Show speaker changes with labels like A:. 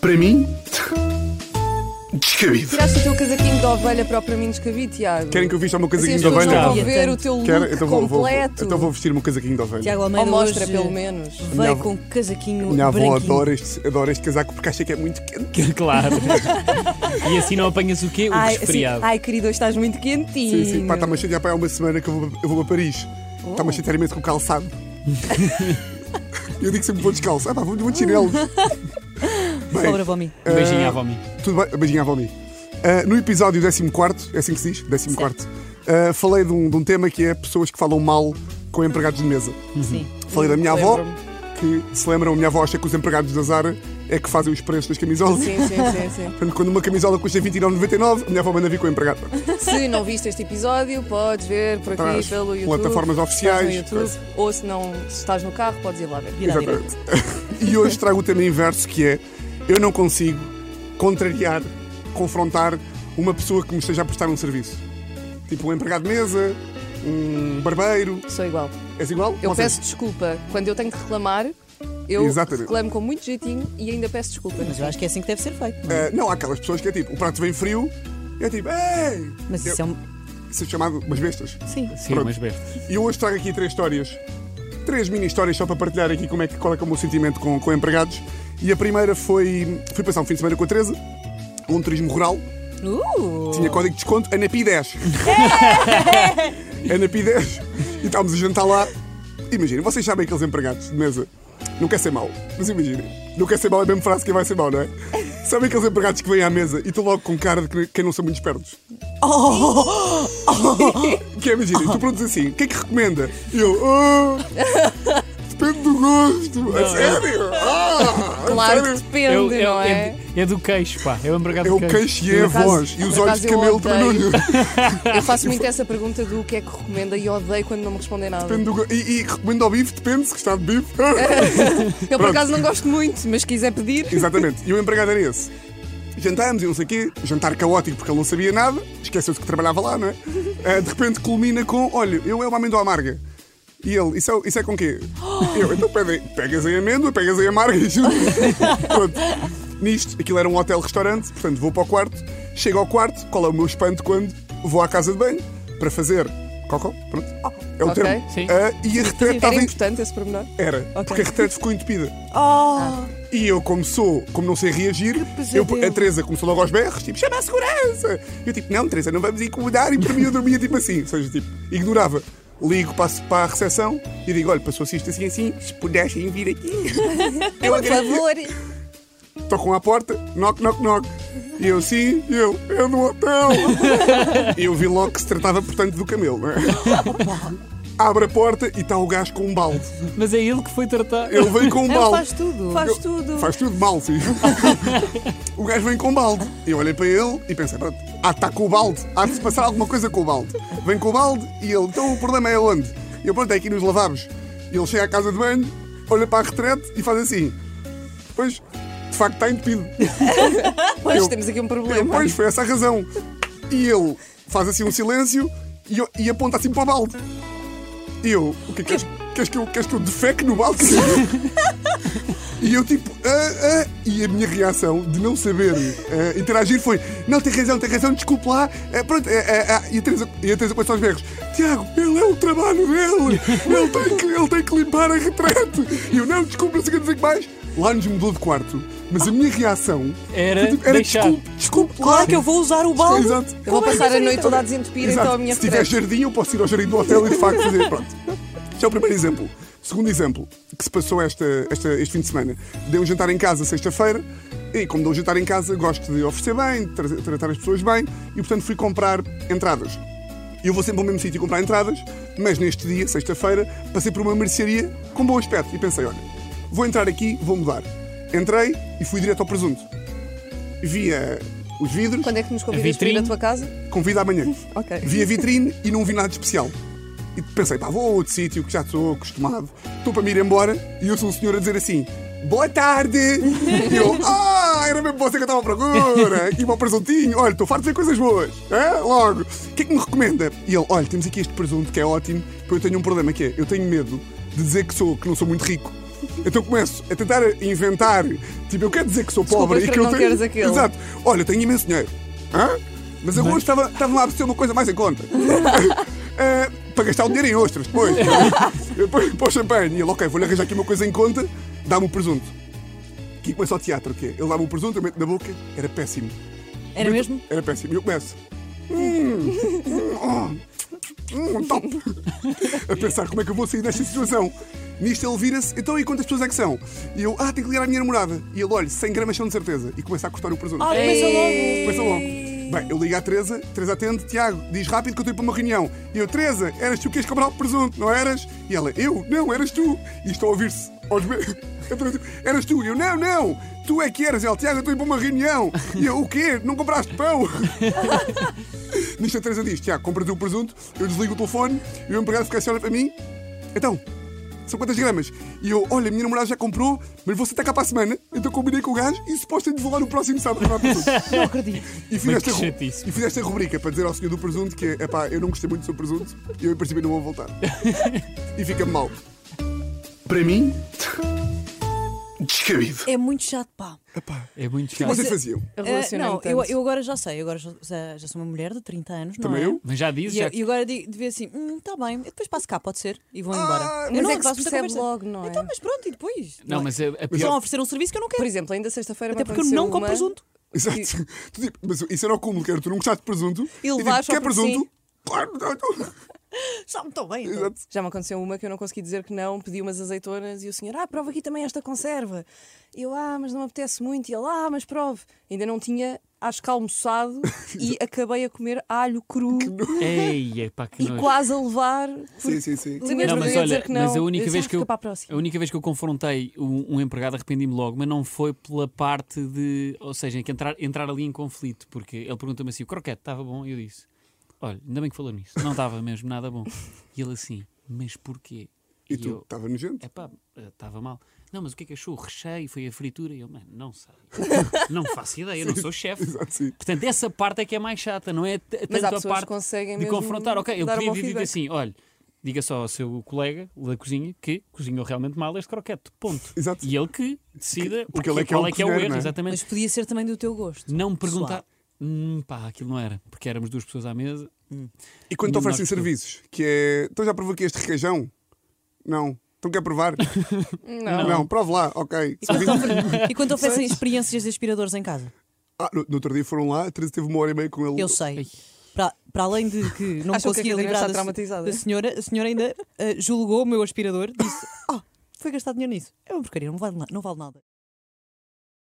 A: para mim, descabido.
B: Tiraste o teu casaquinho de ovelha propriamente descabido, Tiago.
A: Querem que eu vista o meu
B: Assim
A: casaquinho
B: as
A: de
B: pessoas
A: ovelha?
B: não vão
C: Não.
B: ver o teu look
A: Quero, então vou, vou-
B: completo.
A: então vou vestir o meu casaquinho de ovelha.
C: Tiago
B: Ou
C: Almeida
B: mostra,
C: hoje,
B: pelo menos.
A: Minha
C: Veio
A: avó-
C: com um casaquinho
A: Minha avó
C: branquinho.
A: adora este, adora este casaco porque acha que é muito quente.
D: Claro. E assim não apanhas o quê? O
C: Ai, assim,
D: resfriado.
C: ai, querido, hoje estás muito quentinho.
A: Sim, sim. Pá, está-me a chatear para há uma semana que eu vou, eu vou a Paris.
B: Oh.
A: Está-me a chatear imenso com calçado. eu digo sempre vou descalço. Ah, pá, vou vou de chinelos. Bem,
C: Sobra para mim.
A: ah,
D: Beijinho à vó Mi.
A: Tudo bem? Beijinho à vó Mi. Ah, no episódio 14, é assim que se diz? 14. ah, falei de um, de um tema que é pessoas que falam mal com empregados de mesa.
B: Uhum.
C: Sim.
A: Falei da minha avó,
B: Lembro-me.
A: que se lembram, a minha avó acha que os empregados da Zara é que fazem os preços das camisolas.
B: Sim, sim, sim, sim.
A: Portanto, quando uma camisola custa 29,99, a minha avó manda vir com a empregada.
B: Se não viste este episódio, podes ver por aqui
A: Traz
B: pelo YouTube.
A: plataformas oficiais,
B: Estás no YouTube, ou se não se estás no carro, podes ir lá ver.
C: Vira à direita.
A: E hoje trago o tema inverso que é eu não consigo contrariar, confrontar uma pessoa que me esteja a prestar um serviço. Tipo um empregado de mesa, um barbeiro.
B: Sou igual.
A: És igual?
B: Eu
A: Ou
B: peço
A: seja,
B: desculpa. Quando eu tenho que reclamar, eu
A: Exatamente.
B: reclamo com muito jeitinho e ainda peço desculpa.
C: Mas eu acho que é assim que deve ser feito. não é?
A: eh, não, há aquelas pessoas que é tipo, o prato vem frio e é tipo, ei!
C: Mas isso é um.
A: Isso é chamado umas bestas.
C: Sim.
D: Sim,
A: Pronto.
D: mas bestas.
A: E eu hoje trago aqui três histórias. Três mini histórias só para partilhar aqui como é que, qual é, que é o meu sentimento com, com empregados. E a primeira foi. Fui passar um fim de semana com a Teresa, um turismo rural.
C: Uh!
A: Tinha código de desconto Anapi 10. Anapi 10. E estávamos a jantar lá. Imaginem, vocês sabem aqueles empregados de mesa. Não quer ser mau, mas imaginem. Não quer ser mau é a mesma frase que vai ser mau, não é? Sabem aqueles empregados que vêm à mesa e estão logo com cara de que- que não são muito espertos?
B: Oh.
A: Que é, imagina, tu perguntas assim, o que é que recomenda? E eu, ah, depende do gosto.
B: é
A: a sério? Ah, a
B: Claro que
A: sério?
B: depende,
D: Eu- eu-
B: não é?
D: é? do queixo, pá. É o empregado
A: É
D: do
A: o
D: queixo.
A: queixo e é a
B: acaso-
A: voz. E os
B: por
A: olhos
B: acaso
A: de
B: eu
A: camelo também não
B: odeio.
A: olham.
B: Eu faço muito essa pergunta do que é que recomenda e odeio quando não me respondem nada.
A: Depende do go- E, e recomendo ao bife, depende se gostar de bife.
B: Eu por acaso não gosto muito, mas se quiser pedir.
A: Exatamente. E o empregado era esse. Jantámos e não sei o quê. Jantar caótico porque ele não sabia nada. Esqueceu-se que trabalhava lá, não é? Ah, de repente culmina com, olha, eu é uma amêndoa amarga. E ele, isso é, isso é com quê? Eu, então pede, pegas aí a amêndoa, pegas aí a amarga. Pronto. Nisto, aquilo era um hotel-restaurante, portanto vou para o quarto. Chego ao quarto, qual é o meu espanto quando vou à casa de banho para fazer cocó, pronto. É o
B: Ok.
A: termo.
D: Sim.
A: Ah, e a retrete
B: Era
A: estava em-
B: importante esse pormenor.
A: era, porque a retrete ficou entupida.
C: Oh!
A: E eu, como sou, como não sei reagir, eu, a Teresa começou logo aos berros, tipo, chama a segurança! Eu, tipo, não, Teresa, não vamos incomodar, e para mim eu dormia tipo assim, ou seja, tipo, ignorava. Ligo, passo para a recepção e digo, olha, passou-se isto assim, assim, se pudessem vir aqui, eu agradeço. Tocam à porta, knock, knock, knock. E eu, sim, e eu, é do hotel. E eu vi logo que se tratava, portanto, do camelo, não é? Abre a porta e está o gajo com um balde.
D: Mas é ele que foi tratar.
A: Ele veio com um
C: Ele
A: balde.
C: faz tudo. Faz tudo.
A: Faz tudo mal, sim. o gajo vem com o balde. Eu olhei para ele e pensei, pronto, ah, está com o balde. Há de se passar alguma coisa com o balde. Vem com o balde e ele, então o problema é onde? E eu, pronto, é aqui nos lavabos. E ele chega à casa de banho, olha para a retrete e faz assim. Pois, de facto está entupido.
B: Pois
A: Eu-
B: temos aqui um
A: Eu,
B: problema.
A: pois, É foi essa a razão. E ele faz assim um silêncio e, eu- e aponta assim para o balde. E eu, o que é que queres, queres que eu, queres que eu defeque no balde? e eu tipo, ah, ah, e a minha reação de não saber ah, interagir foi, não, tem razão, tem razão, desculpe lá. Ah, pronto, ah, ah, ah. E, a Teresa, e a Teresa começa aos berros, Tiago, ele é o trabalho dele, ele tem que, ele tem que limpar a retrete. E eu, não, desculpa, não sei o que dizer mais. Lá nos mudou de quarto, mas a minha reação
D: Era
A: foi, tipo, era
D: deixar.
A: desculpe, desculpe lá.
C: Claro que eu vou usar o balde.
A: Exato.
B: Eu vou
C: Como é que
B: passar a
C: fazem
B: noite
C: então?
B: toda a desentupir
A: Exato.
B: então a minha
A: Se tiver
B: frente.
A: jardim, eu posso ir ao jardim do hotel e de facto fazer. Pronto. Este é o primeiro exemplo. Segundo exemplo, que se passou esta, esta- este fim de semana. Dei um jantar em casa sexta-feira e, como dou um jantar em casa, gosto de oferecer bem, de tra- tratar as pessoas bem e, portanto, fui comprar entradas. Eu vou sempre ao mesmo sítio comprar entradas, mas neste dia, sexta-feira, passei por uma mercearia com bom aspecto e pensei: olha, vou entrar aqui, vou mudar. Entrei e fui direto ao presunto. Via os vidros,
B: Quando é que nos convidas para ir à
D: vitrine.
B: tua casa?
A: convido amanhã.
B: Ok.
A: Vi a vitrine e não vi nada de especial. E pensei, pá, vou a outro sítio que já estou acostumado. Estou para me ir embora e eu sou um senhor a dizer assim: Boa tarde! E eu, ah, era mesmo você que eu estava à procura. Aqui para o presuntinho. Olha, estou farto de ver coisas boas. É? Logo. O que é que me recomenda? E ele, olha, temos aqui este presunto que é ótimo, porque eu tenho um problema que é: eu tenho medo de dizer que sou, que não sou muito rico. Então começo a tentar inventar. Tipo, eu quero dizer que sou
B: Desculpa, eu
A: pobre e
B: creio
A: que
B: que não
A: eu tenho.
B: queres aquilo.
A: Exato. Olha, eu tenho imenso dinheiro. Hã? Mas agora estava, estava lá a ser uma coisa mais em conta. Eh, para gastar o dinheiro em ostras depois. depois para o champanhe. E ele, ok, vou-lhe arranjar aqui uma coisa em conta, dá-me o presunto. Aqui começa o teatro, o quê? Ele dá-me o presunto, eu meto na boca, era péssimo.
C: Era
A: Muito-
C: mesmo?
A: Era péssimo. E eu começo. Hum, hum, hum, hum, top. A pensar como é que eu vou sair desta situação. Nisto ele vira-se, então e quantas pessoas é que são? E eu, ah, tenho que ligar à minha namorada. E ele, olha, 100 gramas são de certeza. E começa a cortar o presunto.
C: Ah, começa logo.
A: Começa logo. Bem, eu ligo à Teresa, Teresa atende, Tiago, diz rápido que eu estou a ir para uma reunião. E eu, Teresa, eras tu que ias comprar o presunto, não eras? E ela, eu? Não, eras tu. E estou a ouvir-se aos me- a Teresa, Eras tu? E eu, não, não, tu é que eras. Ela, Tiago, eu estou a ir para uma reunião. E eu, o quê? Não compraste pão? Nisto a Teresa diz, Tiago, compras o presunto, eu desligo o telefone e o empregado fica assim, olha para mim. Então, são quantas gramas? E eu, olha, a minha namorada já comprou, mas você está cá para a semana. Então combinei com o gajo e suposto de volar no próximo sábado. Não acredito. E fiz,
D: Mas
A: esta,
D: que
A: ru-
D: chatice.
A: e fiz esta rubrica para dizer ao senhor do presunto que é, epá, eu não gostei muito do seu presunto e eu em princípio não vou voltar. e fica mal. Para mim, descabido.
C: É muito chato, pá.
A: Epá,
D: É muito
A: o que
D: chato.
A: vocês faziam?
B: Eu
C: Eh, não, eu,
B: relacionei-me
C: eu agora já sei, agora já- já, já sou uma mulher de 30 anos, não
A: Também
C: é?
A: eu?
D: Mas já
C: E,
D: dizes, já
C: eu- e agora digo, devia assim, hum, tá bem, eu depois passo cá, pode ser, e vou
A: Ah,
C: embora. Eu
B: mas
C: não
B: é que se
C: gosto muita
B: percebe
C: conversa.
B: logo, não é?
C: Então, mas pronto, e depois?
D: Não,
C: é?
D: mas a, a
C: Estão a
D: pior.
C: oferecer um serviço que eu não quero.
B: Por exemplo, ainda sexta-feira
C: Até
B: me
C: porque eu não
B: aconteceu
C: como
B: uma-
C: presunto.
A: Exato. Tu, tipo, mas isso era o cúmulo, que era tu não gostaste de presunto. tipo,
C: E levar só
A: quer
C: porque
A: presunto?
C: sim.
A: Claro, não, não.
C: Sabe-me tão bem. então.
A: Exato.
B: Já me aconteceu uma que eu não consegui dizer que não, pedi umas azeitonas e o senhor, ah, prova aqui também esta conserva. E eu, ah, mas não me apetece muito. E ele, ah, mas prove. Ainda não tinha, acho que almoçado e acabei a comer alho cru
D: Ei, pá, É, que
B: e
D: nojo.
B: quase a levar.
A: Sim, sim, sim.
B: Sem mesmo
D: Não, mas
B: vergonha de
D: olha,
B: dizer que não.
D: mas a única
B: Eu disse,
D: vez
B: "Ah,
D: que eu-
B: fica Para a próxima.
D: A única vez que eu confrontei um, um empregado arrependi-me logo, mas não foi pela parte de. Ou seja, que entrar, entrar ali em conflito, porque ele perguntou-me assim: o croquete estava bom? E eu disse: olha, ainda bem que falou nisso, não estava mesmo nada bom. E ele assim: mas porquê?
A: E tu,
D: eu,
A: estava nojento?
D: epá, eh, estava mal. Não, mas o que é que achou? O recheio? Foi a fritura? E eu, mano, não sei. não faço ideia, eu não sou chefe.
A: Exato, sim.
D: Portanto, essa parte é que é mais chata, não é t-
B: Mas
D: tanto
B: há
D: a
B: pessoas
D: parte
B: que conseguem
D: de
B: mesmo
D: confrontar. Ok, eu
B: dar um
D: podia
B: bom
D: ter dito
B: feedback.
D: assim: olha, diga só ao seu colega da cozinha que cozinhou realmente mal este croquete. Ponto.
A: Exato.
D: E ele que decida
A: porque ele é que é
D: qual
A: o
D: é que é o
A: cozinheiro,
D: erro,
A: não é?
D: exatamente.
C: Mas podia ser também do teu gosto.
D: Não me perguntar. Hum, pá, aquilo não era, porque éramos duas pessoas à mesa.
A: E quando te
D: Menor
A: oferecem
D: que tu.
A: serviços, que é. Então já provou aqui este requeijão? Não. Então quer provar? não. Não, prove lá, ok.
C: é E quando oferecem experiências de aspiradores em casa?
A: Ah, no, no outro dia foram lá, a Teresa teve uma hora e meia com ele.
C: Eu sei. Para, para além de que não me
B: Acham que a
C: conseguia
B: Catarina
C: livrar
B: está
C: da,
B: traumatizada?
C: da senhora, a senhora eh, "Oh, ainda ah, julgou o meu aspirador, disse: Ah, foi gastar dinheiro nisso. É uma porcaria, não vale, na- não vale nada.